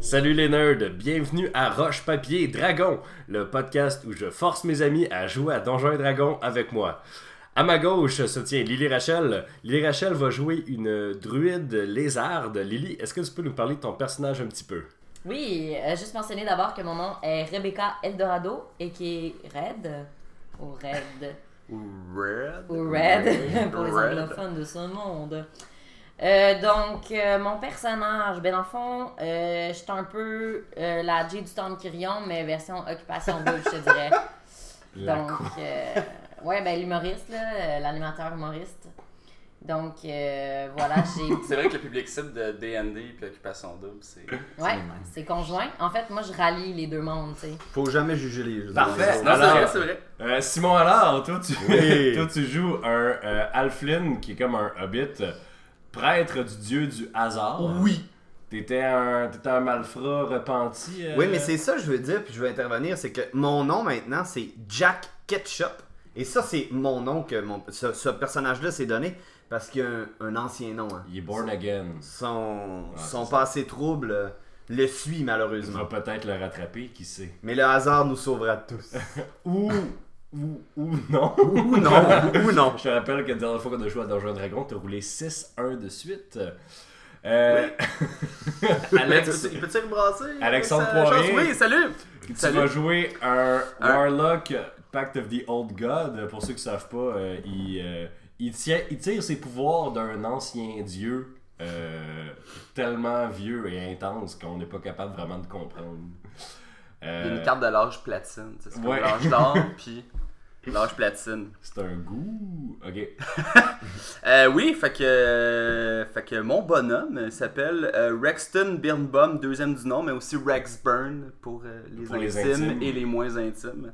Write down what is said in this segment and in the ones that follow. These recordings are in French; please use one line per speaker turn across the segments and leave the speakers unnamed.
Salut les nerds, bienvenue à Roche Papier Dragon, le podcast où je force mes amis à jouer à Donjons et Dragons avec moi. À ma gauche se tient Lily Rachel. Lily Rachel va jouer une druide lézarde. Lily, est-ce que tu peux nous parler de ton personnage un petit peu
Oui, euh, juste mentionner d'abord que mon nom est Rebecca Eldorado et qui est Red. Ou Red.
Red.
Ou Red, pour les anglophones de ce monde. Euh, donc, euh, mon personnage, ben dans le fond, euh, je suis un peu euh, la J du Tom Kyrion, mais version occupation double, je te dirais.
La
Donc, euh, ouais, ben l'humoriste, là, euh, l'animateur humoriste. Donc, euh, voilà, j'ai
C'est vrai que le public cible de D&D puis Occupation Double, c'est...
Ouais, c'est conjoint. En fait, moi, je rallie les deux mondes, tu sais.
Faut jamais juger les gens.
Parfait.
Non, c'est
Alors-
vrai, c'est vrai.
Euh, Simon Allard, toi tu,
Oui.
toi, tu joues un euh, Alflin qui est comme un hobbit, euh, prêtre du dieu du hasard.
Oui.
T'étais un, t'étais un malfrat repenti. euh,
Oui, mais c'est ça que je veux dire, puis je veux intervenir, c'est que mon nom maintenant, c'est Jack Ketchup. Et ça, c'est mon nom que mon, ce, ce personnage-là s'est donné, parce qu'il y a un, un ancien nom. hein.
Il est born again.
Son,
Ah,
son
c'est
passé trouble euh, le suit,
Il
malheureusement.
va peut-être le rattraper, qui sait.
Mais le hasard nous sauvera tous.
Ou, ou, ou non.
ou non, ou non.
Je te rappelle que la dernière fois qu'on a joué à Donjons et Dragons, t'as roulé 6-1 de suite. Euh, Alex,
Il peut-tu rebrasser?
Alexandre
Sa chance?
Poirier.
Oui, salut!
tu
Salut.
vas jouer un
Un-
Warlock Pact of the Old God. Pour ceux qui savent pas, euh, il, euh, il tient, il tire ses pouvoirs d'un ancien dieu euh, tellement vieux et intense qu'on n'est pas capable vraiment de comprendre.
Il y a
Euh,
une carte de l'âge platine, tu sais, c'est comme
Ouais.
l'âge d'or puis l'âge platine.
c'est un goût. Ok.
Euh, oui, fait que, euh, fait que mon bonhomme euh, s'appelle euh, Rexton Birnbaum, deuxième du nom, mais aussi Rex Burn pour, euh, les,
Pour les
intimes
intimes.
et les moins intimes.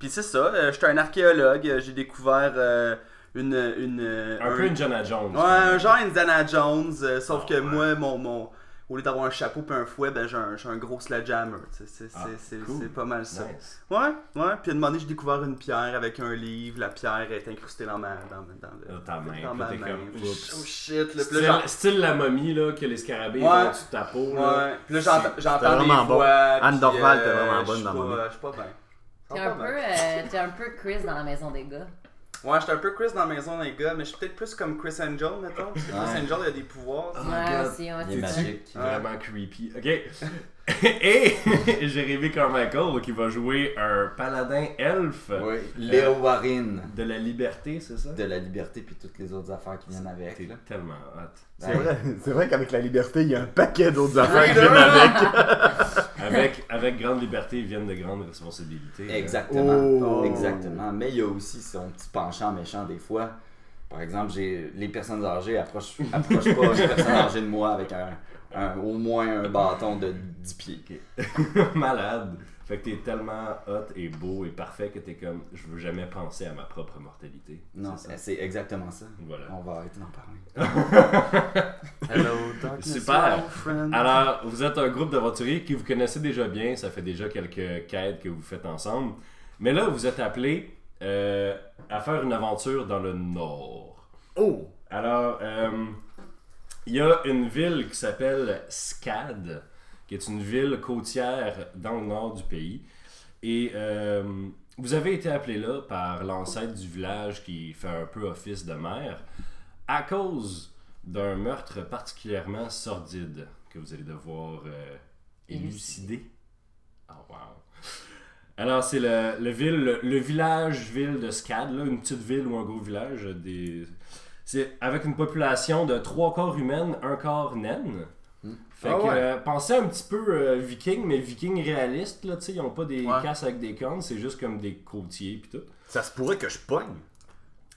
Puis c'est ça, euh, je suis un archéologue, euh, j'ai découvert euh, une... une euh,
Un peu Indiana Jones.
Ouais, un genre Indiana Jones, euh, sauf
Ah
que
ouais.
moi, mon, mon- au lieu d'avoir un chapeau puis un fouet, ben j'ai un, j'ai un gros sledgehammer. tu sais, C'est
Ah,
c'est- c'est-
cool.
c'est pas mal ça.
Nice.
Ouais, ouais. Puis à un moment donné, j'ai découvert une pierre avec un livre. La pierre est incrustée dans ma, dans, dans le-
Dans ta main,
dans
puis
ma
Oh, t'es
main.
comme, oups.
Oh shit, le plus
Style, style la momie là, que les scarabées
Ouais.
vont sous ta peau. Là.
Ouais. Puis là, j'entends- j'entends
vraiment
des
bon.
voix.
Anne
puis,
Dorval, t'es
euh,
vraiment
je
bonne
suis
dans
pas-
ma main.
Je suis pas bien. Je
T'es
suis
un,
pas bien.
peu, euh, t'es un peu Chris dans la maison des gars.
Ouais, j'étais un peu Chris dans la maison, les gars, mais je suis peut-être plus comme Chris Angel, mettons. Parce que Chris
Ouais.
Angel, il a des pouvoirs. tu sais.
Oh my
ouais,
God.
aussi,
Il
ouais,
est
c'est ça.
magique.
C'est Vraiment creepy. Ok. Et Jérémy Carmichael qui va jouer un paladin elfe
Oui,
Euh,
Léo Warren
de la liberté, c'est ça?
de la liberté puis toutes les autres affaires qui viennent avec.
T'es
là.
tellement hot.
Ben,
c'est vrai qu'avec la liberté, il y a un paquet d'autres
Ouais,
affaires.
Avec, avec grande liberté viennent de grandes responsabilités. là.
Ben, Exactement.
Oh.
Exactement. Mais il y a aussi son petit penchant méchant des fois. Par exemple, j'ai les personnes âgées approchent, approchent pas une personne âgée de moi avec un, un- au moins un bâton de 10 pieds.
Malade. Fait que t'es tellement hot et beau et parfait que t'es comme, je veux jamais penser à ma propre mortalité.
Non,
C'est ça.
c'est exactement ça.
Voilà.
On va arrêter d'en parler.
Hello, darkness,
Super.
my friend.
Alors, vous êtes un groupe d'aventuriers qui vous connaissez déjà bien, ça fait déjà quelques quêtes que vous faites ensemble. Mais là, vous êtes appelés euh, à faire une aventure dans le nord.
Oh!
Alors, euh, il y a une ville qui s'appelle Skad, qui est une ville côtière dans le nord du pays. Et euh, vous avez été appelé là par l'ancêtre du village qui fait un peu office de maire à cause d'un meurtre particulièrement sordide que vous allez devoir euh, élucider. Ah, wow. Alors, c'est le, le ville, le, le village-ville de Skad, là, une petite ville ou un gros village. euh, Des... C'est avec une population de trois corps humaines, un corps naine. Fait
Ah
que,
ouais.
euh, pensez un petit peu euh, viking, mais viking réaliste, là, tu sais, ils ont pas des
Ouais.
casses avec des cornes, c'est juste comme des côtiers pis tout.
Ça se pourrait que je pogne.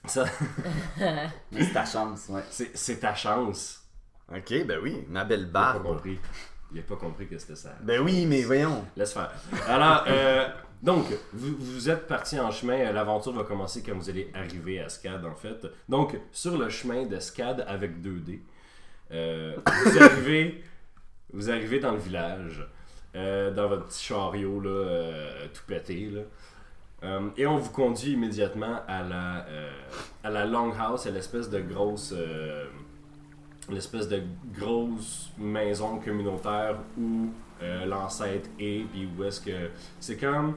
Ça,
Mais c'est ta chance, ouais.
c'est c'est ta chance.
Ok, ben oui, ma belle
Il a pas
barbe.
compris. Il a pas compris que c'était ça.
Ben oui, mais voyons.
Laisse faire. Alors, euh, donc, vous, vous êtes parti en chemin. euh, L'aventure va commencer quand vous allez arriver à SCAD, en fait. Donc, sur le chemin de SCAD avec 2D, euh, vous, arrivez, vous arrivez dans le village, euh, dans votre petit chariot là, euh, tout pété. Là. Euh, et on vous conduit immédiatement à la, euh, à la Longhouse, à l'espèce de grosse. euh, l'espèce de grosse maison communautaire où euh, l'ancêtre est, puis où est-ce que. C'est comme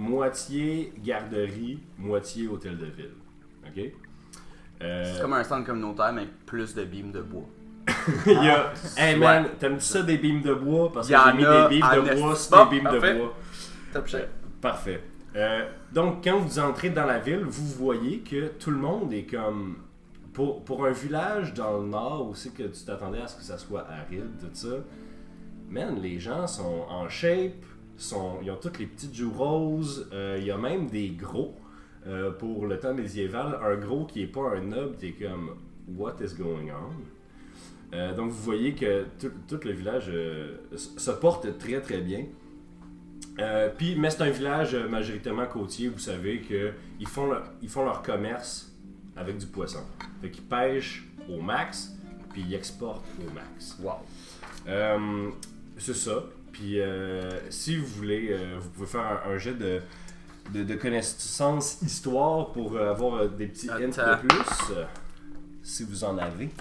moitié garderie, moitié hôtel de ville. OK? Euh,
C'est comme un stand communautaire, mais avec plus de beams de bois.
il y a. Hey man, t'aimes-tu ça des beams de bois? Parce que
Il Ah. y
j'ai
en
mis
a
des beams
en
de bois
esti.
sur
Bon,
des beams de
parfait.
bois.
Top shape.
Parfait. Euh, donc, quand vous entrez dans la ville, vous voyez que tout le monde est comme. Pour, pour un village dans le nord aussi, que tu t'attendais à ce que ça soit aride, tout ça, man, les gens sont en shape, sont, ils ont toutes les petites joues roses, euh, il y a même des gros. Euh, pour le temps médiéval, un gros qui est pas un noble, t'es comme, what is going on? Euh, donc, vous voyez que tout, tout le village euh, s- se porte très très bien. Euh, puis, mais c'est un village euh, majoritairement côtier, vous savez que ils font, leur, ils font leur commerce avec du poisson. Fait qu'ils pêchent au max, puis ils exportent au max. Wow. c'est ça. Puis euh, si vous voulez, euh, vous pouvez faire un, un jet de, de, de connaissance histoire pour euh, avoir euh, des petits hints
Attends.
de plus, euh, si vous en avez.
Moi,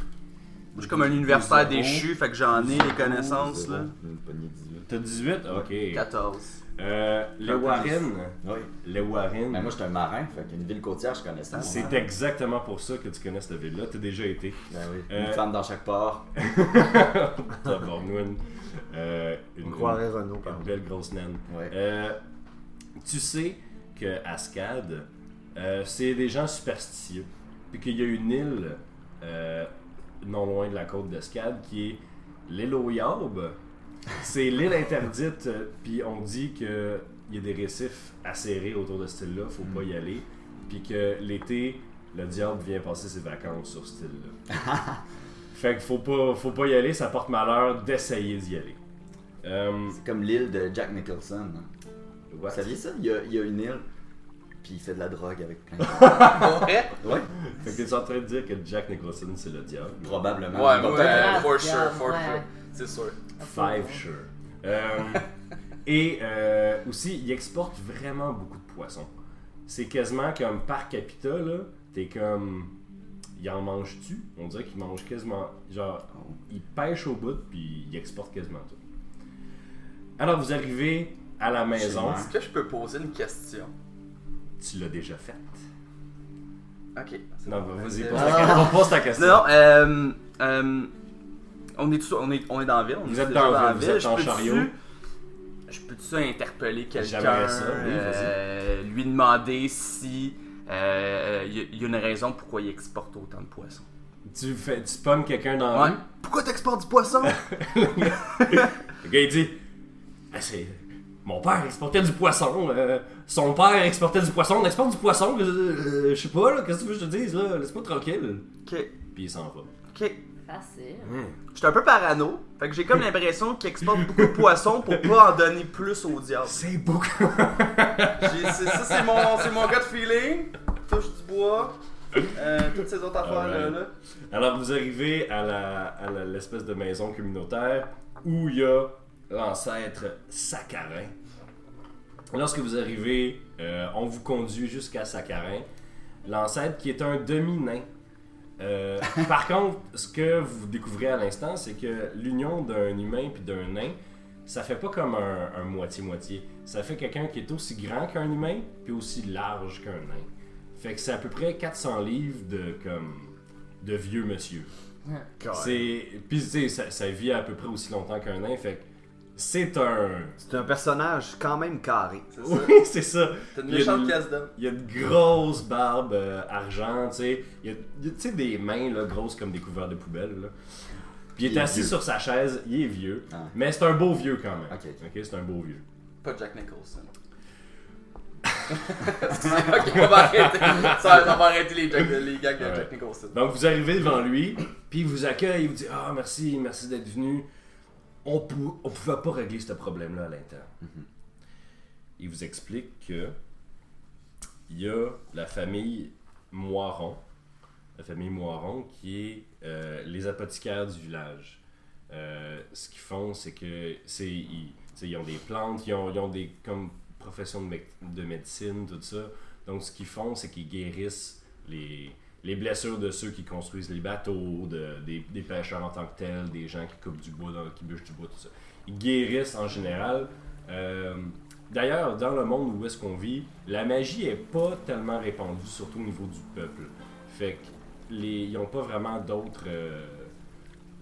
je suis comme un universitaire
Zéro.
déchu, fait que j'en ai les connaissances, là.
Une poignée 18.
T'as 18? Ok.
14.
Euh, les Warren.
Oui.
Les Warren.
Mais moi, j'étais un marin, fait qu'une ville côtière, je connais ça.
C'est exactement pour ça que tu connais cette ville-là. T'as déjà été.
Ben oui.
Euh,
Une femme dans chaque port.
Tabarnouine. Euh, une,
On
une-
croirait Renault, par
une belle grosse naine.
Ouais.
Euh, tu sais que Ascad, euh, c'est des gens superstitieux. Puis qu'il y a une île euh, non loin de la côte d'Ascad qui est l'île aux Yaubes. C'est l'île interdite. euh, Puis on dit que il y a des récifs acérés autour de cette île-là. Faut pas y aller. Puis que l'été, le diable vient passer ses vacances sur cette île-là. fait qu'il faut pas, faut pas y aller. Ça porte malheur d'essayer d'y aller. Euh,
C'est comme l'île de Jack Nicholson. hein.
what?
Vous saviez ça? Il y, a, il y a une île, puis il fait de la drogue avec plein de
Ouais,
Ouais,
Fait que tu es en train de dire que Jack Nicholson, c'est le diable.
probablement.
ouais,
Donc,
ouais.
for sure,
Yeah,
for
Ah, ouais.
sure. C'est sûr.
Five, sure. Euh, et euh, aussi, il exporte vraiment beaucoup de poissons. C'est quasiment comme par capita, là. T'es comme. Il en mange-tu On dirait qu'il mange quasiment. Genre, il pêche au bout, puis il exporte quasiment tout. Alors, vous arrivez à la maison.
Chez
Est-ce que je peux poser une question?
Tu l'as déjà faite.
Ok. c'est
Non, bah,
bon.
vas-y,
Euh,
pose, ta question. pose ta question.
Non, non, euh, euh, on, est tous- on, est, on est dans la ville. On
Vous
est
êtes
déjà
dans la
la
ville, vous êtes en
Je peux-tu-
chariot.
Je peux-tu interpeller quelqu'un?
J'aimerais ça, oui, vas-y.
euh, lui demander si euh, il y, a- il y a une raison pourquoi il exporte autant de poissons.
Tu, fais, tu pommes quelqu'un dans la
Ouais.
rue.
Pourquoi t'exportes du poisson?
Le gars, il dit Ah, c'est- Mon père exportait du poisson. euh, son père exportait du poisson. On exporte du poisson. euh, euh, je sais pas, là. Qu'est-ce que tu veux que je te dise, là Laisse-moi tranquille.
ok,
Puis il s'en va.
ok.
Facile.
J'étais un peu parano. Fait que j'ai comme l'impression qu'il exporte beaucoup de poissons pour pas en donner plus au diable.
C'est beaucoup.
J'ai- c'est- Ça, c'est mon, c'est mon gut feeling. Touche du bois. Euh, toutes ces autres affaires-là.
Alright.
là.
Alors, vous arrivez à la- à la- l'espèce de maison communautaire où il y a l'ancêtre Saccharin. Lorsque vous arrivez, euh, on vous conduit jusqu'à Saccharin, l'ancêtre qui est un demi-nain. Euh, par contre, ce que vous découvrez à l'instant, c'est que l'union d'un humain puis d'un nain, ça fait pas comme un un moitié-moitié. Ça fait quelqu'un qui est aussi grand qu'un humain puis aussi large qu'un nain. Fait que c'est à peu près 400 livres de comme de vieux monsieur. C'est puis tu sais, ça, ça vit à peu près aussi longtemps qu'un nain. Fait que c'est un
C'est un personnage quand même carré.
C'est ça.
oui c'est ça.
T'as une
Il y a
méchante
une-
pièce d'homme.
Il y a de grosses barbes euh, argent, tu sais. Il y a, il y a, tu sais, des mains là, grosses comme des couverts de poubelle. Là. Puis il
Il
est
est
assis
vieux.
sur sa chaise, il est vieux.
Ah.
Mais c'est un beau vieux quand même.
Ok.
Ok, c'est un beau vieux.
Pas Jack Nicholson. ok, on va arrêter. Ça, on va arrêter les, Jack- les gags de
Ouais.
Jack Nicholson.
Donc vous arrivez devant lui, puis il vous accueille, il vous dit Ah, merci, merci d'être venu. On pou- on pouvait pas régler ce problème-là à l'interne. Il vous explique que il y a la famille Moiron, la famille Moiron qui est euh, les apothicaires du village. Euh, ce qu'ils font, c'est que c'est ils, tu sais, ils ont des plantes, ils ont, ils ont des comme profession de, mec- de médecine, tout ça. Donc ce qu'ils font, c'est qu'ils guérissent les, les blessures de ceux qui construisent les bateaux, de- des, des pêcheurs en tant que tels, des gens qui coupent du bois, dans- qui bûchent du bois, tout ça. guérissent en général. Euh, D'ailleurs, dans le monde où est-ce qu'on vit, la magie est pas tellement répandue, surtout au niveau du peuple. Fait que les, ils ont pas vraiment d'autres, euh,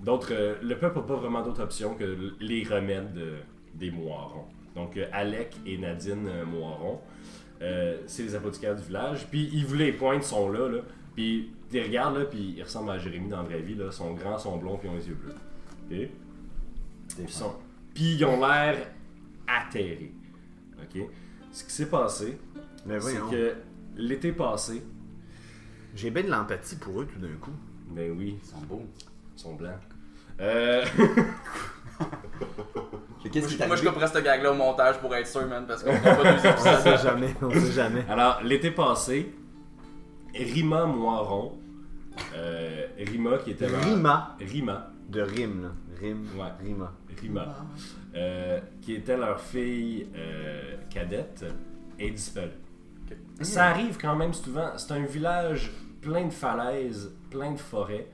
d'autres. euh, le peuple a pas vraiment d'autres options que l- les remèdes euh, des moirons. Donc euh, Alec et Nadine euh, Moiron, euh, c'est les apothicaires du village. Puis ils voulaient les pointes sont là, là. Puis ils regardent là, puis ils ressemblent à Jérémy dans la vraie vie là. Sont grands, sont blonds, puis ils ont les yeux bleus. Ok. Puis, ils sont- puis ils ont l'air atterrés. OK? Ce qui s'est passé,
Mais
c'est
Ben voyons.
que l'été passé,
J'ai bien de l'empathie pour eux tout d'un coup.
ben oui,
Ils sont beaux.
ils sont blancs. Euh,
Mais Qu'est-ce qui
Moi, je
t'arrive?
couperais cette gag-là au montage pour être sûr, man, parce qu'on fera pas deux
On
épisodes.
sait jamais, on sait jamais.
alors, l'été passé, Rima Moiron, euh, Rima qui était là.
Rima
Rima,
de rime là. Rime.
Ouais.
Rima.
Rima, euh, qui était leur fille euh, cadette, est disparue. Ça arrive quand même souvent. C'est un village plein de falaises, plein de forêts,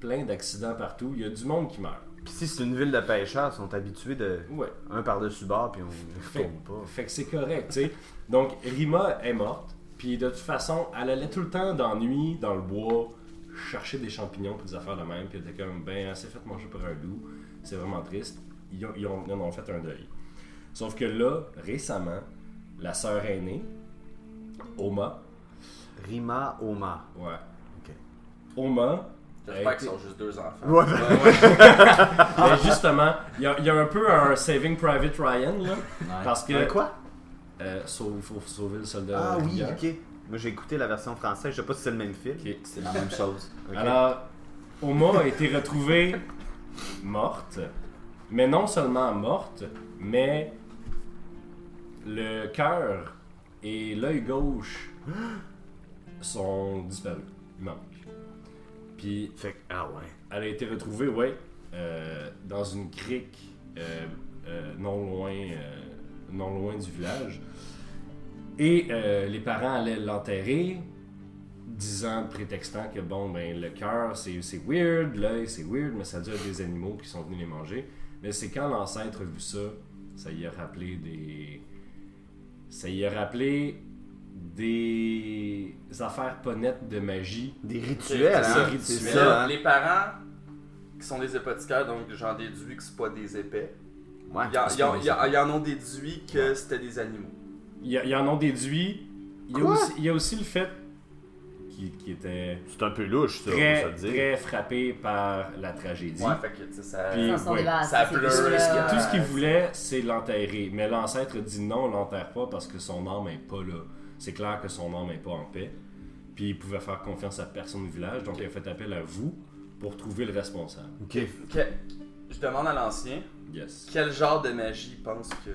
plein d'accidents partout. Il y a du monde qui meurt.
Puis si c'est une ville de pêcheurs, ils sont habitués de
Ouais.
un par-dessus bord puis on
Fait,
tombe pas.
fait que c'est correct, tu sais. Donc, Rima est morte, puis de toute façon, elle allait tout le temps dans la nuit, dans le bois, chercher des champignons pour des affaires de même, puis elle était comme, ben, elle s'est fait manger par un loup, c'est vraiment triste. Ils, ont, ils ont- ils en ont fait un deuil. Sauf que là, récemment, la sœur aînée, Oma,
Rima Oma.
ouais,
OK.
Oma,
J'espère qu'ils sont juste deux enfants.
Ouais.
mais ben, justement, il y, a- il y a un peu un Saving Private Ryan, là, parce que...
Un quoi
euh, sauve- il faut sauver le soldat.
Ah oui,
Ryan.
OK. Moi j'ai écouté la version française, je sais pas si c'est le même film.
Ok.
C'est la même chose.
Ok.
Alors, Oma a été retrouvée morte, mais non seulement morte, mais le cœur et l'œil gauche sont disparus. Ils manquent. Puis,
Fait que ah ouais.
elle a été retrouvée, ouais, euh, dans une crique euh, euh, non, loin, euh, non loin du village. Et euh, les parents allaient l'enterrer, disant, prétextant que bon, ben le cœur c'est c'est weird, l'œil c'est weird, mais ça dure des animaux qui sont venus les manger. Mais c'est quand l'ancêtre a vu ça, ça y a rappelé des. Ça y a rappelé des affaires pas nettes de magie.
Des rituels,
C'est
hein.
ça,
C'est
rituels.
Mais
ça,
là,
hein.
les parents qui sont des apothicaires, donc j'en déduis que c'est pas des épais.
Ouais.
Ils en-
c'est
ils en-
pas des
ils en- ils en ont déduit que c'était des animaux.
Il y, a- il y en ont déduit. Il y, a
Quoi?
aussi, il y a aussi le fait qui, qui était
C'est un peu louche ça, on va
très,
se le dire.
très frappé par la tragédie.
Ouais, fait que, tu sais, ça.
Puis-
Ils s'en sont
ouais,
débarrassés,
ça
c'est
pleure,
juste,
Tout ce
euh,
qui- tout ce qu'il voulait, c'est l'enterrer. Mais l'ancêtre dit non, on l'enterre pas parce que son âme est pas là. C'est clair que son âme est pas en paix. Puis il pouvait faire confiance à personne du village, donc il a fait appel à vous pour trouver le responsable.
OK.
Que- Je demande à l'ancien,
Yes.
quel genre de magie pense que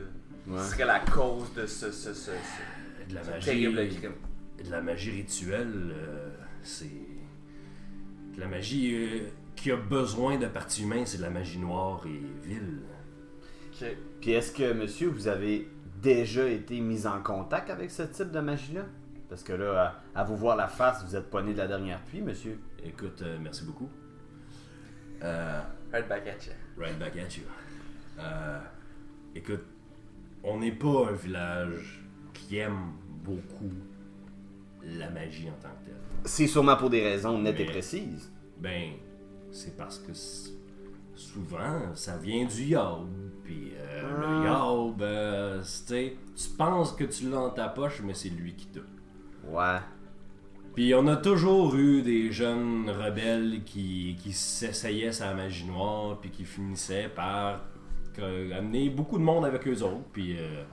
Ouais.
serait la cause de ce, ce, ce, ce-
De la
ce
magie.
terrible crime?
de la magie rituelle, euh, c'est. De la magie euh, qui a besoin de parties humaines, c'est de la magie noire et vile.
Ok.
Puis est-ce que, monsieur, vous avez déjà été mis en contact avec ce type de magie-là? Parce que là, à, à vous voir la face, vous êtes pas né de la dernière pluie, monsieur.
Écoute, euh, merci beaucoup. Euh,
Right back at you.
right back at you. Euh, écoute, on n'est pas un village qui aime beaucoup la magie en tant que telle.
C'est sûrement pour des raisons nettes et
Mais-
précises.
Ben, c'est parce que s- souvent, ça vient du yob. Puis euh, le yob, euh, c'est- tu sais, tu penses que tu l'as dans ta poche, mais c'est lui qui t'a.
Ouais.
Puis on a toujours eu des jeunes rebelles qui, qui s'essayaient sa magie noire, puis qui finissaient par que- amener beaucoup de monde avec eux autres. Puis euh,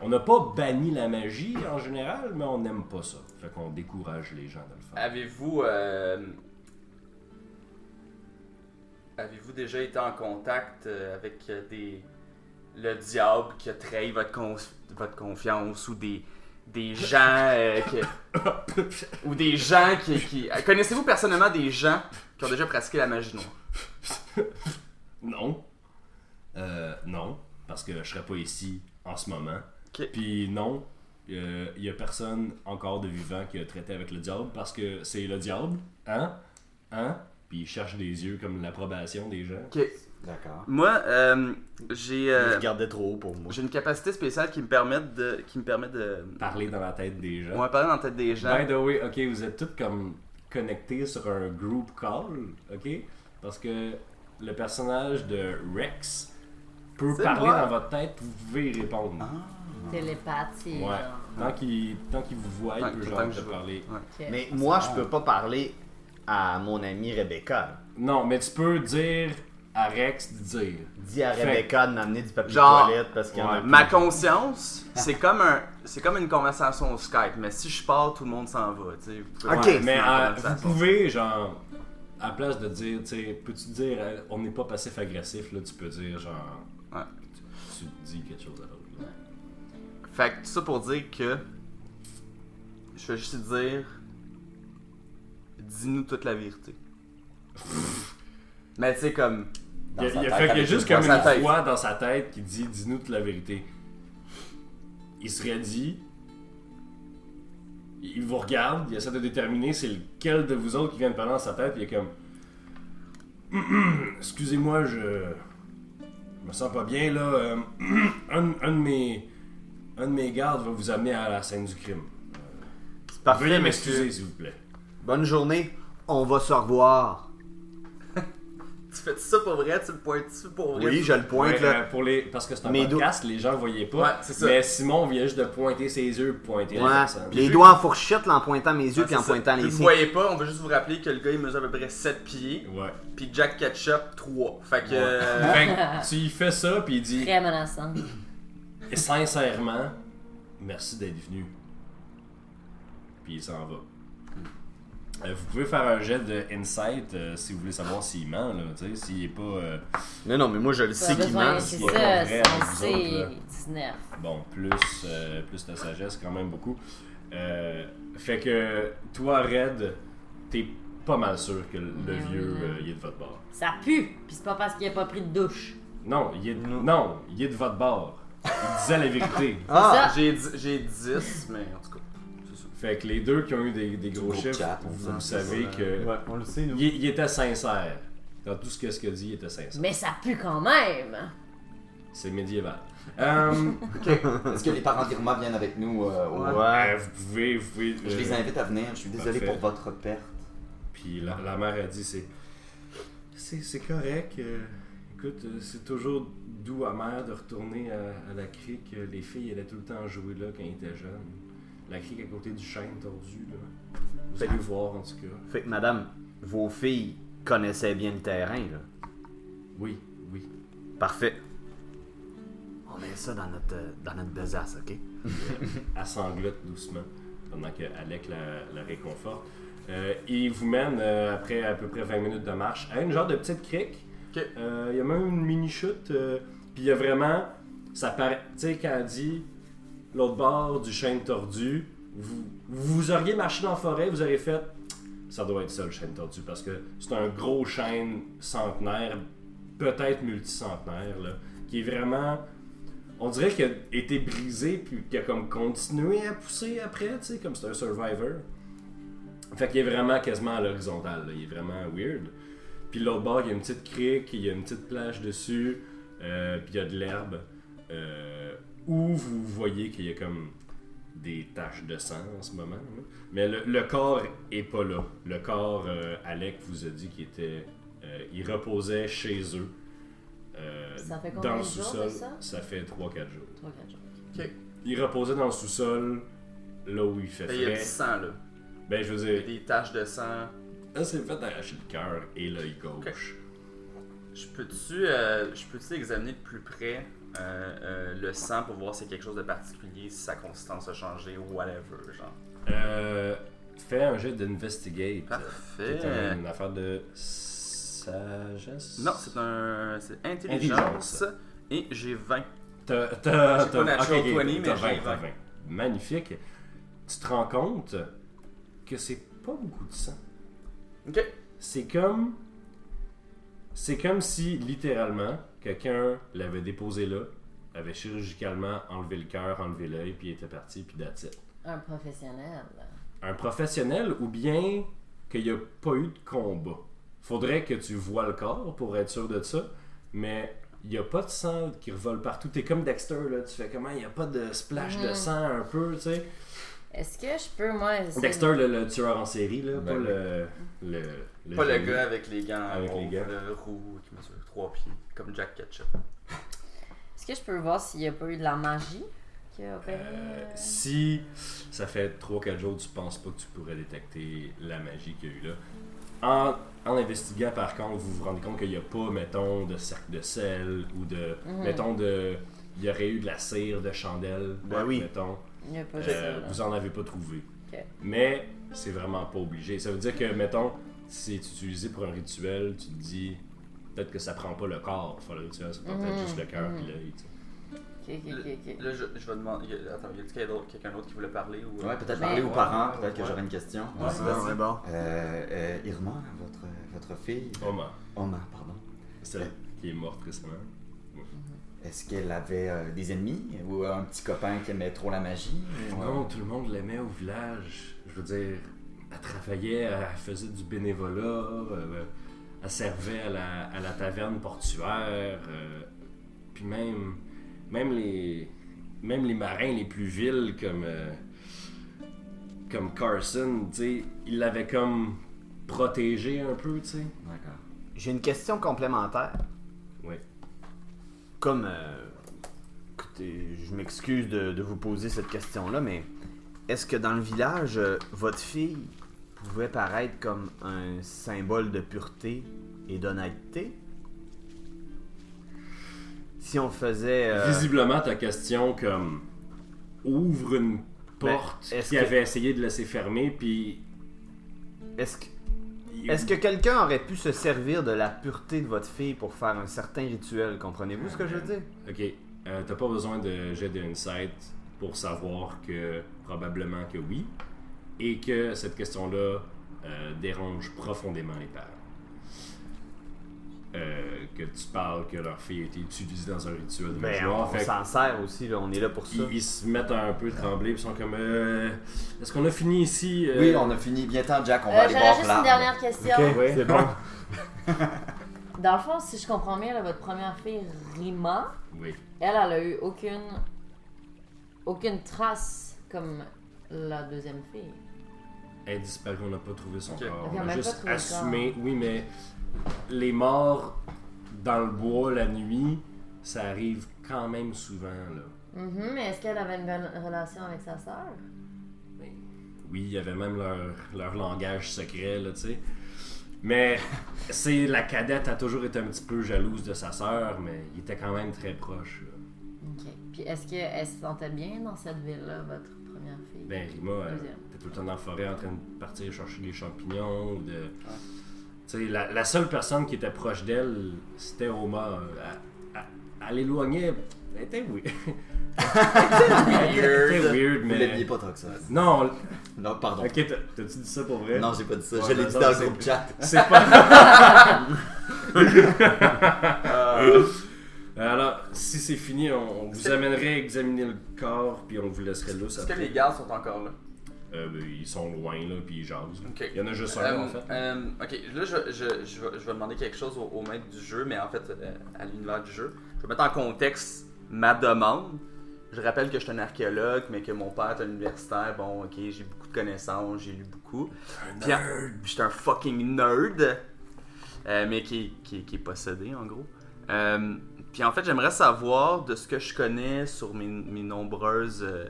on n'a pas banni la magie en général, mais on n'aime pas ça. Fait qu'on décourage les gens de le faire.
Avez-vous. euh, Avez-vous déjà été en contact euh, avec euh, des. le diable qui a trahi votre, conf- votre confiance ou des. des gens. euh, que- ou des gens qui. qui- euh, Connaissez-vous personnellement des gens qui ont déjà pratiqué la magie noire
Non. Euh, non, parce que je serais pas ici en ce moment.
Ok.
Puis non, il y a personne encore de vivant qui a traité avec le diable parce que c'est le diable, hein, hein, puis il cherche des yeux comme l'approbation des gens.
Ok.
D'accord.
Moi, euh, j'ai euh,
Je gardais trop haut pour moi.
j'ai une capacité spéciale qui me permet de qui me permet de
Parler dans la tête des gens.
moi parler dans la tête des gens.
By the way, ok, vous êtes tous comme connectés sur un group call, ok? Parce que le personnage de Rex peut
C'est
parler
moi.
dans votre tête, vous pouvez y répondre.
Télépathie.
Ouais.
genre.
Tant qu'il tant qu'il vous voit, il
Ouais,
peut
tout le
genre
temps que
te
je vois.
parler.
Ok.
Mais moi, je peux pas parler à mon amie Rebecca.
Non, mais tu peux dire à Rex de dire.
Dis à
Fait-
Rebecca de m'amener du papier
Genre,
de toilette parce qu'il y en a
ouais.
plus.
Ma conscience, c'est comme un c'est comme une conversation Skype, mais si je pars, tout le monde s'en va, tu sais. Vous pouvez
Ok.
pas rester
Mais
dans
euh,
la
vous
conversation.
pouvez, genre, à place de dire, tu sais, peux-tu dire, euh, on n'est pas passif-agressif, là, tu peux dire, genre,
Ouais.
tu dis quelque chose à l'autre. là.
Fait que tout ça pour dire que je vais juste dire dis-nous toute la vérité. mais tu sais comme
Il y a,
sa
il y a- fait
tête,
qu'il y a
avec
juste
une
comme
voix dans
une
sa tête.
voix dans sa tête qui dit Dis-nous toute la vérité. Il serait dit. Il vous regarde, il essaie de déterminer c'est lequel de vous autres qui vient de parler dans sa tête, puis il est comme. Excusez-moi, je. Je me sens pas bien, là. euh, un, un de mes. Un de mes gardes va vous amener à la scène du crime.
C'est parfait,
Veuillez
monsieur.
m'excuser, s'il vous plaît.
Bonne journée. On va se revoir.
tu fais ça pour vrai, tu le pointes-tu pour vrai.
Oui, je le pointe
Ouais,
là.
euh, pour les... Parce que c'est un
Mes doigts-
podcast, les gens voyaient pas.
Ouais, c'est ça.
Mais Simon vient juste de pointer ses yeux pour pointer la
Ouais.
personne.
Les doigts en fourchette là, en pointant mes yeux
Ah,
puis en
c'est ça.
pointant les
Vous le
siens.
voyez pas, on va juste vous rappeler que le gars il mesure à peu près 7 pieds,
Ouais.
puis Jack Ketchup 3. Fait que.
Ouais.
Ah,
euh,
Fait que tu y fais ça, puis il dit
Très menaçant.
sincèrement, merci d'être venu. Puis il s'en va. Euh, vous pouvez faire un jet de insight euh, si vous voulez savoir s'il ment, là, tu sais, s'il est pas. euh,
Non, non, mais moi je le sais qu'il
besoin-
ment.
C'est
c'est pas
ça,
vrai
c'est
avec vous autres, là.
c'est 19.
bon, plus, euh, plus de sagesse, quand même beaucoup. Euh, fait que toi, Red, t'es pas mal sûr que le le
Ouais,
vieux,
ouais, ouais.
euh, il est de votre bord.
Ça pue, puis c'est pas parce qu'il a pas pris de douche.
Non, il est, non, il est de votre bord. Il disait la vérité.
Ah,
ça.
J'ai dix- j'ai 10, mais en tout cas, c'est ça.
Fait que les deux qui ont eu des, des gros
groupe
chiffres,
chat, on
vous,
sent
vous
ça,
savez
euh,
que
Ouais, on le sait, nous.
il, il était sincère. Dans tout ce que ce qu'il a dit, il était sincère.
Mais ça pue quand même.
C'est médiéval. Hum,
Est-ce que les parents d'Irma viennent avec nous euh, au-
ouais, vous pouvez, vous pouvez.
Je
euh,
les invite à venir, je suis désolé
Parfait.
pour votre perte.
Puis la, la mère a dit c'est c'est, c'est correct. euh, écoute, euh, c'est toujours doux amer de retourner à, à la crique. Euh, Les filles allaient tout le temps jouer là quand ils étaient jeunes. La crique à côté du chêne tordu là. Vous
Ah.
allez voir en tout cas.
Fait que madame, vos filles connaissaient bien le terrain là.
Oui, oui.
Parfait. On met ça dans notre, euh, dans notre besace, ok?
elle sanglote doucement pendant que Alec la, la réconforte. Euh, il vous mène, euh, après à peu près 20 minutes de marche, à une genre de petite crique.
Ok.
Euh, il y a même une mini-chute. euh, Puis il y a vraiment... Ça paraît... Tu sais, quand elle dit l'autre bord du chêne tordu, vous, vous auriez marché dans la forêt, vous auriez fait... Ça doit être ça, le chêne tordu, parce que c'est un gros chêne centenaire, peut-être multicentenaire, là, qui est vraiment... On dirait qu'il a été brisé puis qu'il a comme continué à pousser après, tu sais, comme c'est un survivor. Fait qu'il est vraiment quasiment à l'horizontale, là. il est vraiment weird. Puis l'autre bord, il y a une petite crique, il y a une petite plage dessus, euh, puis il y a de l'herbe. euh, où vous voyez qu'il y a comme des taches de sang en ce moment. là. Mais le, le corps est pas là. Le corps, euh, Alec vous a dit qu'il était. euh, il reposait chez eux. euh,
Ça fait combien
dans le
de jours
sous-sol.
de ça?
Ça fait 3-4 jours.
3-4 jours.
Il reposait dans le sous-sol, là où il fait
Il y a
frais.
du sang là.
Ben, je veux
Il y a
dire,
des taches de sang.
elle s'est fait arracher le cœur et l'œil gauche.
Je peux-tu euh, je peux-tu examiner de plus près euh, euh, le sang pour voir si quelque chose de particulier, si sa consistance a changé ou whatever, genre.
Euh, fais un jet d'investigate.
Parfait.
C'est une affaire de sagesse.
Non, c'est un. C'est intelligence.
Intelligence.
Et j'ai 20.
T'as. T'as.
J'ai
T'as.
pas natural
ok, ok,
20, mais
t'as
j'ai
20, t'as 20. Magnifique. Tu te rends compte que c'est pas beaucoup de sang.
Ok.
C'est comme. C'est comme si, littéralement, quelqu'un l'avait déposé là, avait chirurgicalement enlevé le cœur, enlevé l'œil, puis il était parti, puis that's it.
Un professionnel.
Un professionnel ou bien qu'il n'y a pas eu de combat. Faudrait que tu vois le corps pour être sûr de ça, mais il n'y a pas de sang qui revole partout. T'es comme Dexter, là, tu fais comment, il n'y a pas de splash de
Mhm.
sang un peu, tu sais.
Est-ce que je peux, moi. essayer de-
Dexter, le, le tueur en série, là,
Ben
pas
oui.
le, le, le.
Pas le
génie.
gars avec les gants
Avec les
mauves,
gants.
le roux qui mesure 3 pieds, comme Jack Ketchup.
Est-ce que je peux voir s'il n'y a pas eu de la magie qui a opéré?
Euh,
euh,
si ça fait 3-4 jours, tu penses pas que tu pourrais détecter la magie qu'il y a eu là. En, en investiguant, par contre, vous vous rendez compte qu'il n'y a pas, mettons, de cercle de sel ou de.
Mhm.
Mettons, de. Il y aurait eu de la cire de chandelle,
Ben oui.
mettons.
Il n'y a pas
Euh,
de ça. là.
vous en avez pas trouvé.
Ok.
Mais c'est vraiment pas obligé. Ça veut dire que, mettons, si c'est utilisé pour un rituel, tu te dis. Peut-être que ça prend pas le corps, pour faire le rituel, ça prend peut-être
Mhm.
juste le cœur
Mhm.
puis l'œil. tu sais.
Ok, ok, ok, ok.
Là, je, je vais demander. y a- Attends, y a-t-il quelqu'un d'autre- quelqu'un d'autre qui voulait parler ou... euh?
Ouais, peut-être
Mais-
parler aux
Ouais,
parents,
ouais,
peut-être que
ouais.
j'aurais une question.
Ouais,
Vas-y,
vas-y.
vas-y.
Ouais, bon.
Euh, euh, Irma, votre, votre fille,
Oma,
Oma, pardon,
celle qui est morte récemment.
est-ce qu'elle avait euh, des ennemis ou euh, un petit copain qui aimait trop la magie ou, euh,
Non, tout le monde l'aimait au village. Je veux dire, elle travaillait, elle faisait du bénévolat, euh, elle servait à la, à la taverne portuaire. euh, puis même, même, les, même les marins les plus vils comme, euh, comme Carson, tu sais, il l'avait comme protégé un peu, tu sais.
D'accord.
J'ai une question complémentaire.
Oui.
Comme. euh, écoutez, je m'excuse de, de vous poser cette question-là, mais est-ce que dans le village, euh, votre fille pouvait paraître comme un symbole de pureté et d'honnêteté Si on faisait. euh,
Visiblement, ta question comme ouvre une
Ben,
porte
est-ce
qu'il
que-
avait essayé de laisser fermer, puis
est-ce que.
il-
Est-ce que quelqu'un aurait pu se servir de la pureté de votre fille pour faire un certain rituel Comprenez-vous ce que je veux dire
Ok, euh, t'as pas besoin de jet d'insight pour savoir que probablement que oui, et que cette question-là euh, dérange profondément les parents. Euh, que tu parles que leur fille a été utilisée dans un rituel de magie
Ben,
noire,
on
fait
s'en sert aussi, là, on est là pour ça.
qu'ils- ils, se mettent à un peu trembler, ils sont comme euh, Est-ce qu'on a fini ici euh,
Oui, on a fini. Bien temps, Jack, on va
Euh,
aller
J'aurais
voir
juste
l'arbre.
une dernière question.
Ok,
Ouais.
c'est bon.
Dans le fond, si je comprends bien, là, votre première fille, Rima,
Oui.
elle, elle a eu aucune, aucune trace comme la deuxième fille.
Elle est disparue, on n'a pas trouvé son
Ok.
corps.
Ok, on
On
n'a
a
pas
juste
trouvé le corps.
assumé, oui, mais les morts dans le bois la nuit, ça arrive quand même souvent, là.
Mhm, mais est-ce qu'elle avait une bonne relation avec sa sœur?
Mais oui, il y avait même leur, leur langage secret, là, tu sais. Mais c'est la cadette a toujours été un petit peu jalouse de sa sœur, mais il était quand même très proche. là.
Ok. Puis est-ce qu'elle se sentait bien dans cette ville-là, votre première fille?
Ben Rima, elle
Deuxième.
était tout le temps dans la forêt en train de partir chercher des champignons ou de. Tu sais, la, la seule personne qui était proche d'elle, c'était Oma. Elle- Elle elle l'éloignait. Elle était weird. Elle était
Weird.
weird,
Vous l'aimiez
mais.
pas tant que ça.
Non,
Non, pardon.
ok, t'as- t'as-tu dit ça pour vrai?
Non, j'ai pas dit ça.
Ouais,
je l'ai
non,
dit dans
c'est-
le groupe chat.
C'est pas.
Euh,
Alors, si c'est fini, on, on vous
C'est-
amènerait examiner le corps, puis on vous laisserait là.
Est-ce que les gardes sont encore là?
Euh, ben, ils sont loin, là, puis ils jasent. là.
Ok.
Il y en a juste un,
Euh,
en fait.
euh, ok, là je, je- je vais- je vais demander quelque chose au, au maître du jeu, mais en fait euh, à l'univers du jeu. Je vais mettre en contexte ma demande. Je rappelle que je suis un archéologue, mais que mon père est un universitaire. Bon, ok, j'ai beaucoup de connaissances, j'ai lu beaucoup. Puis, je suis un fucking nerd, euh, mais qui, qui, qui est possédé en gros. Euh, puis en fait, j'aimerais savoir de ce que je connais sur mes, mes nombreuses. euh,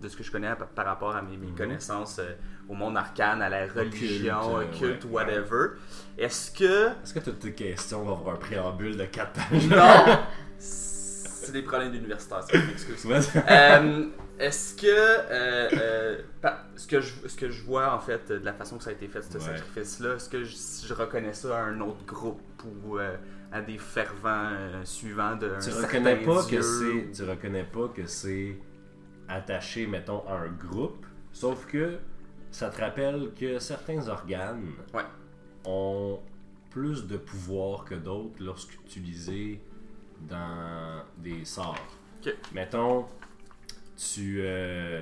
de ce que je connais par, par rapport à mes,
Mhm.
mes connaissances euh, au monde arcane, à la religion,
euh,
au culte,
ouais.
whatever. Est-ce que.
Est-ce que toutes tes questions vont avoir un préambule de 4 pages?
Non! C'est des problèmes d'universitaire, ça, je m'excuse.
Vas-y.
Euh, Est-ce que euh, euh, pa- ce que je ce que je vois en fait de la façon que ça a été fait ce
Ouais.
sacrifice là, est-ce que je, si je reconnais ça à un autre groupe ou euh, à des fervents euh, suivants de
Tu
un
reconnais
certain
pas
dieu?
que c'est tu reconnais pas que c'est attaché mettons à un groupe sauf que ça te rappelle que certains organes
Ouais.
ont plus de pouvoir que d'autres lorsqu'utilisés dans des sorts.
Ok.
Mettons tu euh,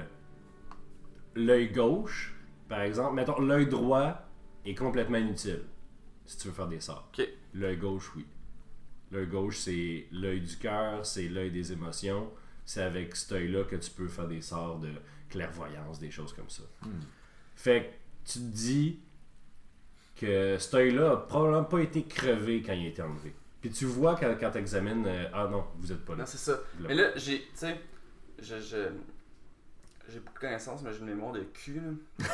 l'œil gauche par exemple, mettons l'œil droit est complètement inutile si tu veux faire des sorts.
Ok.
L'œil gauche oui. L'œil gauche, c'est l'œil du cœur, c'est l'œil des émotions. C'est avec cet œil-là que tu peux faire des sorts de clairvoyance, des choses comme ça. Fait que tu te dis que cet œil-là a probablement pas été crevé quand il a été enlevé. Puis tu vois quand, quand tu examines, ah non, vous êtes pas là.
Non, c'est ça.
Vous l'avez
Mais là, j'ai, tu sais, je, je, j'ai pas de connaissance, mais j'ai une mémoire de cul, là.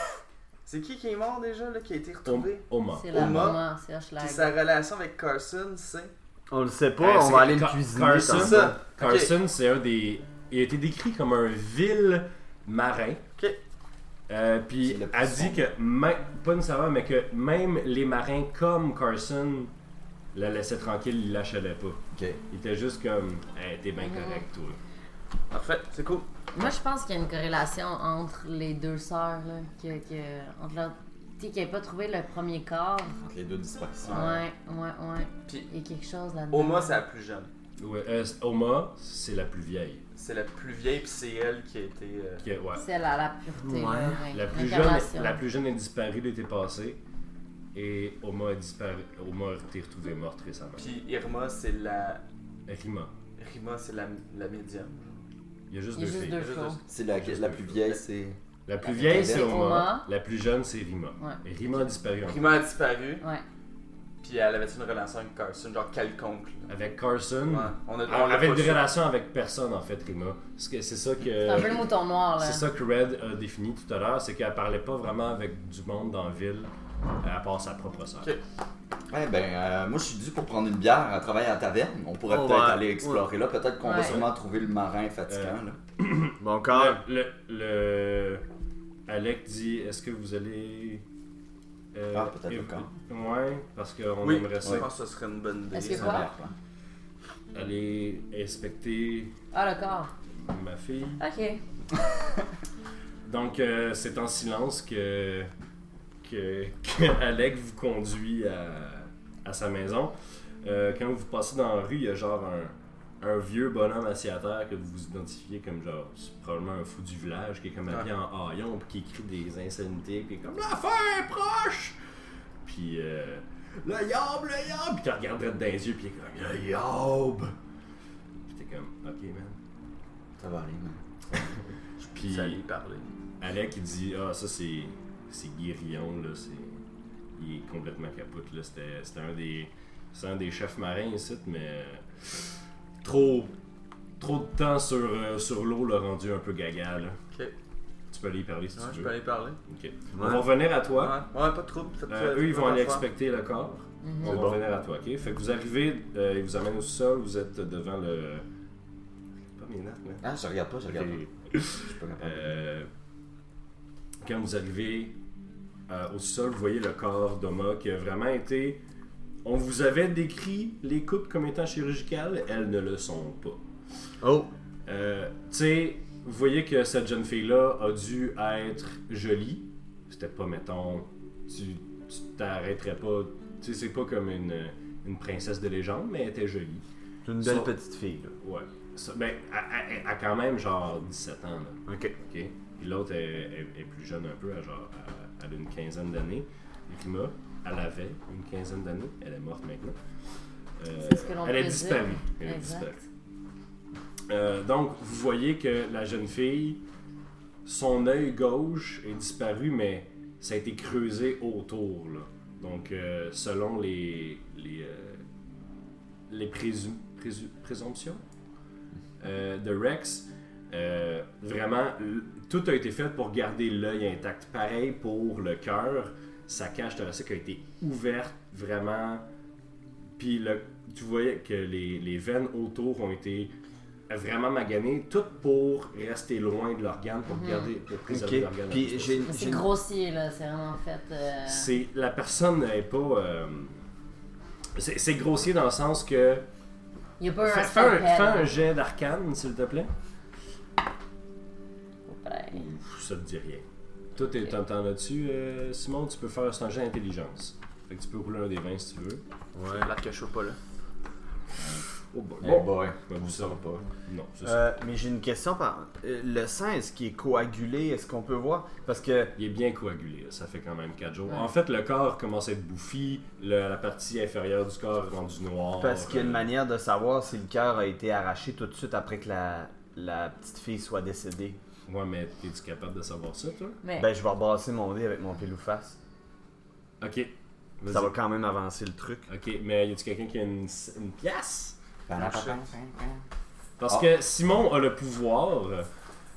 c'est qui qui est mort déjà, là, qui a été
pas. Au-
retrouvé?
au mort.
C'est la
Oma.
maman, c'est
Puis
Hochelag.
sa relation avec Carson, c'est...
On le sait
Ouais,
pas, on
Eh, c'est
va aller le
Car-
cuisiner.
Carson.
tantôt.
Ça,
Carson, c'est un des. Il a été décrit comme un vil marin.
Ok.
Euh, puis
C'est le
a
plus
dit que, même, pas nécessairement, mais que même les marins comme Carson le laissaient tranquille, il l'achalaient pas.
Ok.
Il était juste comme, hey, t'es
Mhm.
bien correct, toi.
Parfait, c'est cool.
Moi, je pense qu'il y a une corrélation entre les deux sœurs, là. Que, que, entre leur... Tu sais, qu'elle n'ait pas trouvé le premier corps.
Entre les deux disparitions.
Ouais, ouais, ouais.
Puis
Il y a quelque chose là-dedans.
Oma, c'est la plus jeune.
Ouais, euh, Oma, c'est la plus vieille.
C'est la plus vieille, puis c'est elle qui a été... euh,
Ok, ouais.
C'est la, la pureté.
Ouais.
là, ouais.
La plus,
L'incarnation.
jeune, la plus jeune est disparue l'été passé. Et Oma a disparu. Oma a été retrouvée morte récemment.
Puis Irma, c'est la...
Rima.
Rima, c'est la, la médium.
Il y a juste
Il y a
deux
juste
filles.
deux
Juste
choses.
C'est la, la plus vieille, c'est.
La plus
La
vieille,
plus
c'est
vieille,
Oma.
Oma.
La plus jeune, c'est Rima.
Ouais.
Et Rima a disparu en-
Rima a disparu,
Ouais.
puis elle avait une relation avec Carson, genre quelconque. là.
avec Carson.
Ouais, on a,
Hmm. Elle
on l'a
avait
pas
des
su.
relations avec personne, en fait, Rima. Parce que C'est ça
C'est un peu le
que.
mouton noir, là.
C'est ça que Red a défini tout à l'heure, c'est qu'elle parlait pas vraiment avec du monde dans la ville, euh, à part sa propre sœur.
Ok.
Ouais, ben, euh, moi, je suis dû pour prendre une bière à travailler à la taverne. On pourrait
Oh,
peut-être
ouais.
aller explorer là. Peut-être qu'on
Ouais.
va sûrement trouver le marin
Euh,
fatigant. là.
Bon corps.
Ah, Le, le- le- Alec dit est-ce que vous allez. euh,
Ah, peut-être
év-
encore.
Ouais, parce qu'on
Oui,
aimerait ça.
je pense que ce serait une bonne idée.
Est-ce que
ça.
quoi?
bière, quoi.
Aller inspecter
Ah, le corps.
ma fille.
Ok.
Donc, euh, c'est en silence que, que, que Alec vous conduit à, à sa maison. Euh, quand vous passez dans la rue, il y a genre un, un vieux bonhomme assis à terre que vous vous identifiez comme genre, c'est probablement un fou du village qui est comme habillé en haillon puis qui crie des insanités puis comme l'affaire est proche! Puis euh, le yob, le yob! Puis tu regarderais dans les yeux puis il est comme le yob! Puis t'es comme ok man.
Ça va aller, man.
Puis.
Ça lui parler.
Alec il dit Ah ça c'est. c'est Guérillon là, c'est. Il est complètement capote là. C'était, c'était un des. C'est un des chefs marins ici, mais trop. Trop de temps sur, euh, sur l'eau l'a rendu un peu gaga là.
Ok, ouais,
Tu peux aller y parler si tu
je
veux.
peux aller parler.
Ok. On va revenir à
Ouais,
toi.
ouais, pas de trouble. faites-
Euh,
faites-
eux ils vont
faites
aller
affaire.
expecter le corps.
Mhm.
On va
bon.
revenir à toi, ok? Fait que vous arrivez, euh, ils vous amènent au sol, vous êtes devant le. J'ai Pas mes notes, mais.
Ah, je regarde pas, je regarde
Ok.
pas. Je suis pas capable.
Euh, quand vous arrivez euh, au sol, vous voyez le corps d'Oma qui a vraiment été. On vous avait décrit les coupes comme étant chirurgicales, elles ne le sont pas.
Oh,
Euh, tu sais, vous voyez que cette jeune fille-là a dû être jolie. C'était pas, mettons, tu tu t'arrêterais pas. Tu sais, c'est pas comme une, une princesse de légende, mais elle était jolie.
c'est une belle
Ça-
petite fille. Là.
Ouais. Ça- ben, elle- elle- elle a quand même genre 17 ans, là.
Ok.
OK? Puis l'autre est, est- est plus jeune un peu, elle, genre, elle, elle a une quinzaine d'années. Rima, elle avait une quinzaine d'années, elle est morte maintenant. Euh,
C'est ce que l'on
elle est
présume.
disparue. Elle est
Exact.
disparue. Euh, donc, vous voyez que la jeune fille, son œil gauche est disparu, mais ça a été creusé autour. là. Donc, euh, selon les, les, euh, les présu- présu- présomptions euh, de Rex, euh, vraiment, l- tout a été fait pour garder l'œil intact. Pareil pour le cœur, sa cage thoracique a été ouverte, vraiment. Puis le- tu voyais que les, les veines autour ont été vraiment maganées, tout pour rester loin de l'organe, pour garder, pour préserver
Mhm. Ok.
l'organe.
Puis j'ai
Mais
j'ai
C'est
une-
grossier, là. C'est vraiment fait. euh,
C'est la personne n'est pas. euh, c'est c'est grossier dans le sens que.
Il n'y a pas
Fais,
un.
fais un,
scalpel.
fais un jet d'arcane, s'il te plaît.
Ouais.
Ouf, ça te dit rien. Toi, t'es- t'en t'en as-tu, euh, Simon Tu peux faire c'est un jet d'intelligence. Fait que tu peux rouler un des 20 si tu veux.
Ouais.
L'arc que je suis pas là.
Oh boy.
Eh
Bon,
boy,
ben, vous
on
savez
sort pas.
Non, c'est ça.
Euh, mais j'ai une question par. euh, Le sang, est-ce qu'il est coagulé Est-ce qu'on peut voir Parce que.
Il est bien coagulé, ça fait quand même 4 jours.
Ouais.
En fait, le corps commence à être bouffi, le- la partie inférieure du corps est rendue noire.
Parce qu'il y a une
Euh,
manière de savoir si le cœur a été arraché tout de suite après que la, la petite fille soit décédée.
Euh, Ouais, mais es-tu capable de savoir ça, toi
Mais
Ben, je vais rebasser mon dé avec mon pilouface.
Ok. Vas-y.
Ça va quand même avancer le truc.
Ok, mais y a-tu quelqu'un qui a une, une pièce
Fait
Parce
Ah.
que Simon a le pouvoir.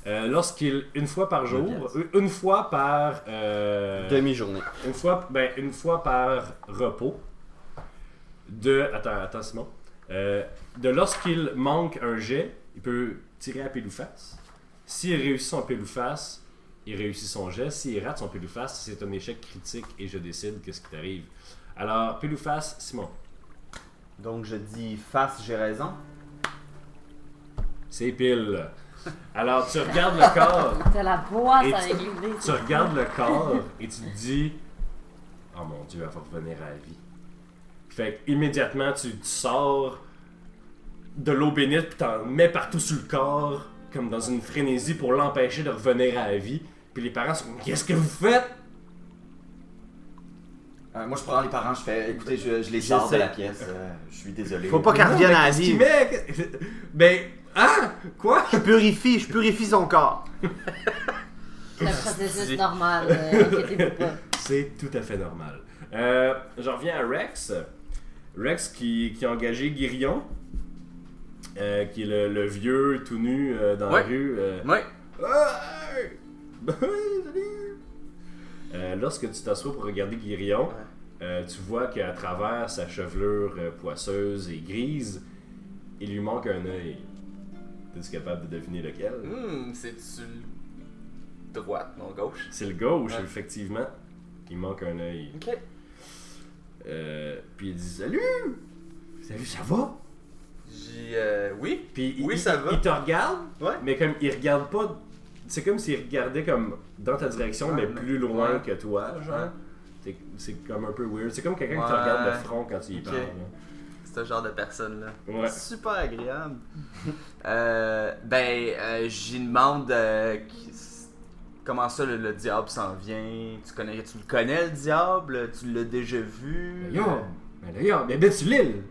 euh, lorsqu'il une fois par jour
Une
euh, une fois par euh,
Demi-journée.
une fois ben, une fois par repos de attends attends Simon Euh, de lorsqu'il manque un jet il peut tirer à Pélouface s'il réussit son Pélouface il réussit son jet s'il rate son Pélouface c'est un échec critique et je décide qu'est-ce qui t'arrive alors Pélouface Simon
Donc je dis face, j'ai raison.
c'est pile alors tu regardes le corps
t'as la boîte
Et
avec
tu-
l'idée.
Tu regardes le corps et tu te dis Oh mon dieu, elle va revenir à la vie. Fait que immédiatement tu, tu sors de l'eau bénite puis t'en mets partout sur le corps, comme dans une frénésie pour l'empêcher de revenir à la vie. Puis les parents sont comme Qu'est-ce que vous faites
Euh, moi, je prends les parents, je fais écoutez, je, je les
Je
sors
sais.
de la pièce. euh, je suis désolé.
Faut pas qu'elle
Non,
revienne
mais
à la
qu'est-ce qu'il
vie.
met? Ben, hein Quoi
Je purifie, je purifie son corps.
C'est un processus normal, euh, inquiétez-vous pas.
C'est tout à fait normal. Euh, je reviens à Rex. Rex qui, qui a engagé Guirion, euh, qui est le, le vieux tout nu euh, dans
Ouais.
la rue. euh,
Ouais.
Hey! Ben oui, salut! Euh, lorsque tu t'assois pour regarder Guirion,
Ouais.
euh, tu vois qu'à travers sa chevelure euh, poisseuse et grise, il lui manque un œil. Es-tu capable de deviner lequel?
Hmm, c'est-tu le- droite, non gauche?
C'est le gauche,
Ouais.
effectivement. Il manque un œil.
Ok.
Euh, puis il dit Salut Salut, ça va
J'ai. euh, oui?
Puis il-
Oui,
il,
ça va.
il te regarde,
Ouais.
mais comme il regarde pas. C'est comme s'il regardait comme dans ta direction,
Ouais,
mais
mais-
plus loin
ouais.
que toi, genre.
Ouais.
T'es- C'est comme un peu weird. C'est comme quelqu'un qui te
Ouais.
regarde le front quand tu y
Ok.
parles. là.
C'est ce genre de personne-là.
Ouais.
Super agréable.
Euh, ben, euh, j'y demande euh, qui- comment ça le, le diable s'en vient. Tu connais, tu le connais le diable Tu l'as déjà vu
Mais yo, mais là, yo, mais ben sur l'île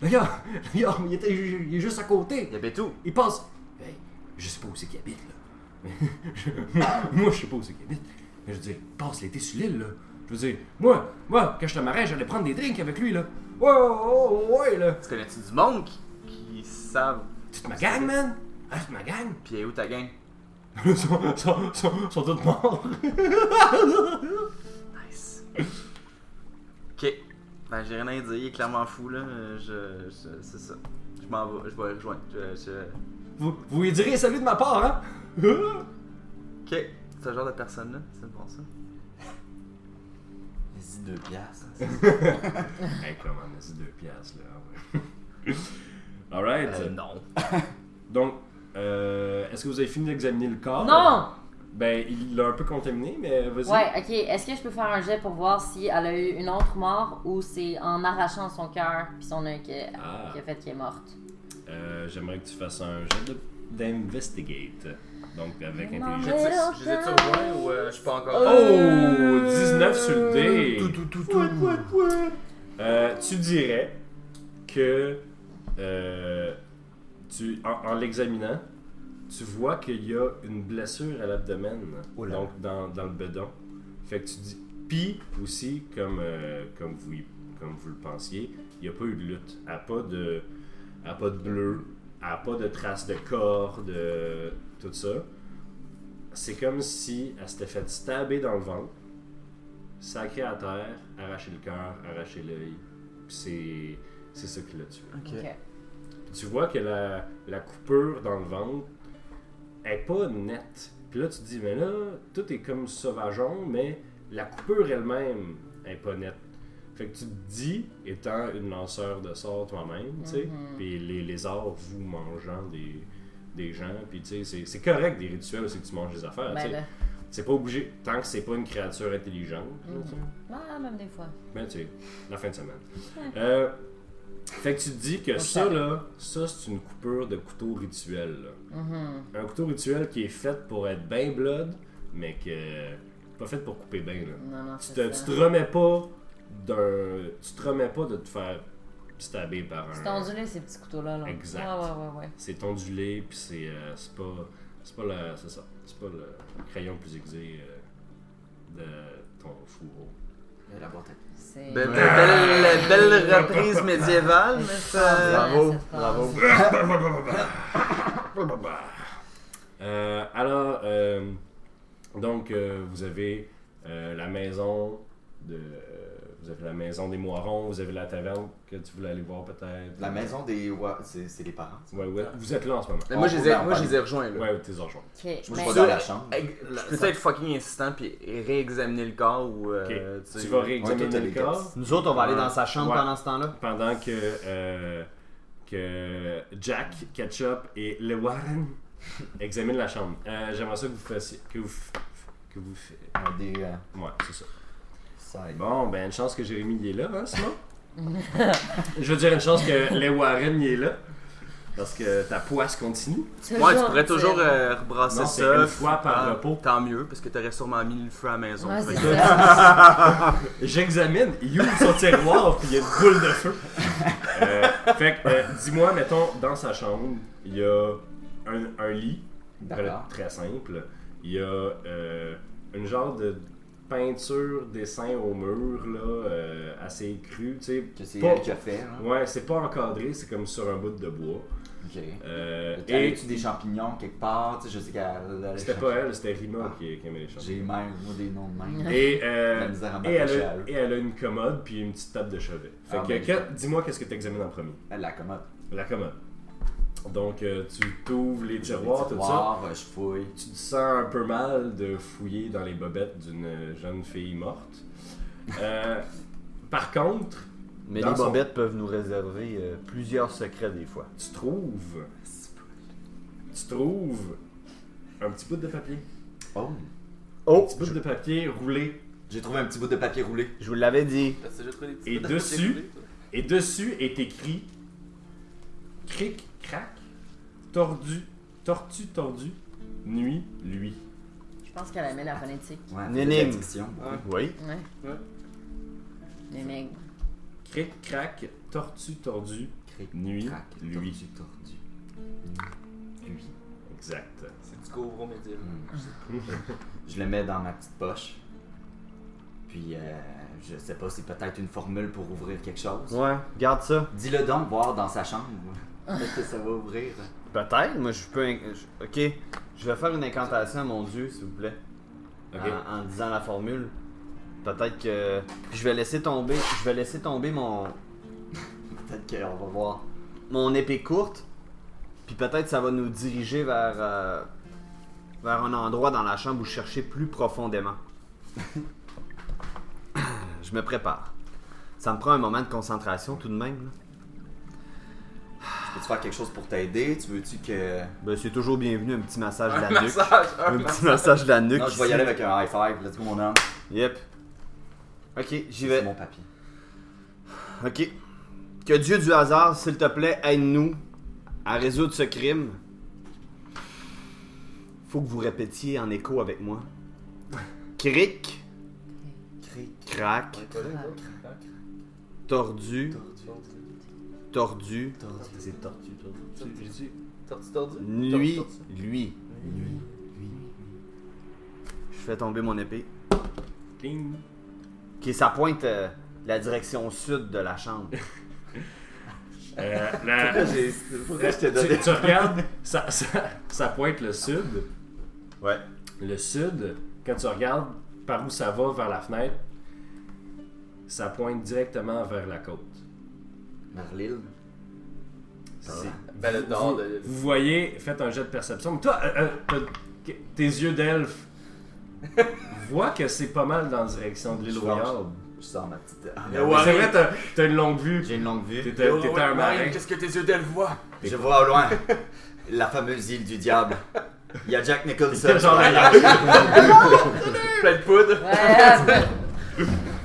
Là, yo, là, yo, mais il, était ju- il est juste à côté
Il y avait tout.
Il passe Hey, je sais pas où c'est qu'il habite, là. moi, je sais pas où c'est qu'il habite. Mais je veux dire, il passe l'été sur l'île, là. Je veux dire, moi, moi, quand je te mariais, j'allais prendre des drinks avec lui, là. Ouais, ouais, ouais, ouais, là.
Tu connais-tu du monde qui, qui savent
Toute ma gang, man! Ah, toute ma gang!
Puis elle est où ta gang
Ils sont, sont, sont, sont tous morts!
Nice. ok. Ben, j'ai rien à dire. Il est clairement fou, là. Euh, Je, je- c'est ça. Je m'en vais. Je vais le rejoindre. Je- je-
Vous, vous lui direz salut de ma part, hein?
Ok. Ce genre de personne-là, c'est bon ça.
Vas-y, deux piastres.
hey, comment, c'est deux piastres, là. ah ouais. Alright.
Euh, non.
Donc, euh, est-ce que vous avez fini d'examiner le corps?
Non!
Ben, il l'a un peu contaminé, mais Ah, vas-y.
Ouais, ok. Est-ce que je peux faire un jet pour voir si elle a eu une autre mort ou c'est en arrachant son cœur puis son œil qui a
Ah,
qui a fait qu'elle est morte?
euh, j'aimerais que tu fasses un jet de- d'investigate. Donc, avec
Non,
Je
intelligence.
les ai- je les ai-tu rejoints ou euh, je suis pas encore.
Oh! 19 sur le dé! Euh, tu dirais que euh, tu, en, en l'examinant, tu vois qu'il y a une blessure à l'abdomen,
Oula.
donc dans, dans le bedon. Fait que tu dis, puis aussi, comme, euh, comme, vous, y- comme vous le pensiez, il n'y a pas eu de lutte. Elle n'a pas, de- elle a pas de bleu, elle n'a pas de traces de corps, de tout ça. C'est comme si elle s'était faite stabber dans le ventre, sacrée à terre, arracher le cœur, arracher l'œil. Puis c'est c'est ça qui l'a tué.
Ok.
Ok.
Puis tu vois que la, la coupure dans le ventre est pas nette. Puis là, tu te dis, mais là, tout est comme sauvageon, mais la coupure elle-même est pas nette. Fait que tu te dis, étant une lanceur de sorts toi-même, tu sais,
Mhm.
puis les lézards vous mangeant des, des gens, puis tu sais, c'est- c'est correct des rituels, Ah, c'est que tu manges des affaires, tu
Ben
sais.
là.
C'est pas obligé, tant que c'est pas une créature
Mm-hmm.
intelligente, là, tu sais.
Mhm. Ah, même des fois.
Ben, tu sais, la fin de semaine. Euh, Fait que tu te dis que
Au
ça,
chalet.
là, ça, c'est une coupure de couteau rituel. là.
Mhm.
Un couteau rituel qui est fait pour être bien blood, mais que. Pas fait pour couper bien, là.
Non, non,
Tu
c'est
te,
ça.
tu te remets pas d'un. Tu te remets pas de te faire stabber par
C'est
un.
ondulé, ces petits couteaux-là. Là.
Euh, Exact.
Ouais, ouais, ouais, ouais.
C'est ondulé, puis c'est euh, c'est pas. C'est pas la. C'est ça. C'est pas le crayon le plus aiguisé euh, de ton fourreau.
Euh, La boîte à pied.
C'est.
Be- be- belle, belle reprise médiévale, mais ça.
Bravo,
bravo.
Euh, alors, euh, donc, euh, vous avez euh, la maison de. euh, vous avez la maison des Moirons, vous avez la taverne que tu voulais aller voir peut-être.
La maison des. Ouais, c'est c'est les parents.
Ouais, ouais. Vous êtes là en ce moment.
Mais ben, moi, je les ai, moi, je les ai rejoints, là.
Ouais, t'es rejoint.
Ok,
Moi, je
mais-
vais dans la chambre.
Hey, Je peux être fucking insistant puis réexaminer le corps ou. euh, sais-
Tu vas
ouais, toi,
réexaminer
t'as
le
des
corps
tests.
Nous autres, on va aller
Ouais.
dans sa chambre
Ouais.
pendant ce temps-là.
pendant que, euh, que Jack, Ketchup et Le Warren examinent la chambre. Euh, J'aimerais ça que vous fassiez. Que vous. f- Que vous f-
Un Des. euh,
Ouais, c'est ça.
ça aide.
Bon, ben, une chance que Jérémy il est là, hein, Simon? Je veux dire, une chance que les Warren il est là. Parce que ta poisse continue.
Ouais, tu pourrais
dire-
toujours euh, rebrasser
Non, c'est
ça.
une fois par
Ah,
repos.
Tant mieux, parce que t'aurais sûrement mis le feu à la maison.
Ouais,
Fait
c'est
que-
ça.
J'examine, il ouvre son tiroir, puis il y a une boule de feu. Euh, fait que, euh, dis-moi, mettons, dans sa chambre, il y a un, un lit,
D'accord.
très simple. Il y a euh, une genre de peinture, dessin au mur, là, euh, assez cru, tu sais.
Que c'est
Pas-
elle qui a fait. hein.
Ouais, c'est pas encadré, c'est comme sur un bout de bois.
Ok.
Euh,
Et
et
tu des champignons quelque part, tu sais, je sais qu'elle. elle-
c'était pas elle, c'était Rima
Ah.
qui, qui aimait les choses.
J'ai même, moi, des noms de même.
Et,
La
euh,
misère à
et, elle
m'attacher
a,
à eux.
et elle a une commode puis une petite table de chevet. Fait
Ah,
que,
ben,
que- dis-moi qu'est-ce que tu examines en premier.
La commode.
La commode. Donc, euh, tu t'ouvres les tiroirs,
Des
tout ça.
tiroirs, euh, je fouille.
Tu te sens un peu mal de fouiller dans les bobettes d'une jeune fille morte. Euh, par contre,
Mais
Dans
les
son-
bobettes peuvent nous réserver euh, plusieurs secrets des fois.
tu trouves.
Ah,
Tu trouves un petit bout de papier.
Oh!
Un
Oh!
petit bout de papier roulé.
J'ai trouvé un petit bout de papier roulé.
Je vous l'avais dit.
Parce que j'ai trouvé des petits
Et
bouts de
dessus, et dessus est écrit Cric, crac, tordu, tortue, tordu, nuit, lui.
Je pense qu'elle aimait la phonétique.
Ouais,
Une
c'est de
énigme.
l'addiction.
Oui.
Ouais.
Ouais.
Les mecs.
Cric, crac, tortue, tordu,
Cric,
nuit,
Crac,
lui.
tordu, tordu.
Lui. Exact.
C'est du gros médium.
Hmm. Je le mets dans ma petite poche. Puis, euh, je sais pas, c'est peut-être une formule pour ouvrir quelque chose.
Ouais, garde ça.
Dis-le donc, voir dans sa chambre. Peut-être que ça va ouvrir.
Peut-être, moi je peux. inc- je- Ok, je vais faire une incantation à mon dieu, s'il vous plaît.
Ok.
En, en disant la formule. Peut-être que. Puis je vais laisser tomber. Je vais laisser tomber mon,
Peut-être qu'on va voir.
mon épée courte. Puis peut-être ça va nous diriger vers. euh, vers un endroit dans la chambre où chercher plus profondément. je me prépare. Ça me prend un moment de concentration tout de même. là.
Peux-tu faire quelque chose pour t'aider? Tu veux-tu que.
Ben, c'est toujours bienvenu un petit massage de la nuque.
Massage, hein. un
Un petit massage de la nuque.
Non, je vais y
ici.
aller avec un high five. Let's go, mon homme.
Yep. Ok, j'y
C'est
vais.
mon papier.
Ok. Que Dieu du hasard, s'il te plaît, aide-nous à résoudre ce crime. Faut que vous répétiez en écho avec moi. Cric,
Cric,
crac, tordu,
tordu,
tordu,
tordu.
C'est tortue, tortue. J'ai dit.
Tordu, tordu.
lui,
Tordu,
lui.
Lui, lui.
Je fais tomber mon épée.
Cling.
Qui ça pointe euh, la direction sud de la chambre.
Euh, la- tu,
J'ai- C'est pour ça que je t'ai donné.
tu regardes, ça, ça, ça pointe le sud.
Ouais.
Le sud, quand tu regardes par où ça va vers la fenêtre, ça pointe directement vers la côte.
Vers l'île.
C'est-
Ben, le nord de-
Vous voyez, faites un jet de perception. Mais toi, euh, euh, t'as- que- tes yeux d'elfe voient que c'est pas mal dans la direction de l'île
Je
Royale.
Je sors ma petite.
C'est vrai, t'as- t'as une longue vue.
J'ai une longue
T'étais
vue.
t'étais un marin.
Marine, Qu'est-ce que tes yeux d'elle voient
Je vois au loin la fameuse île du diable. Il y a Jack Nicholson.
Genre,
sur la
la-
plage.
Plein de poudre.
Ouais, Euh,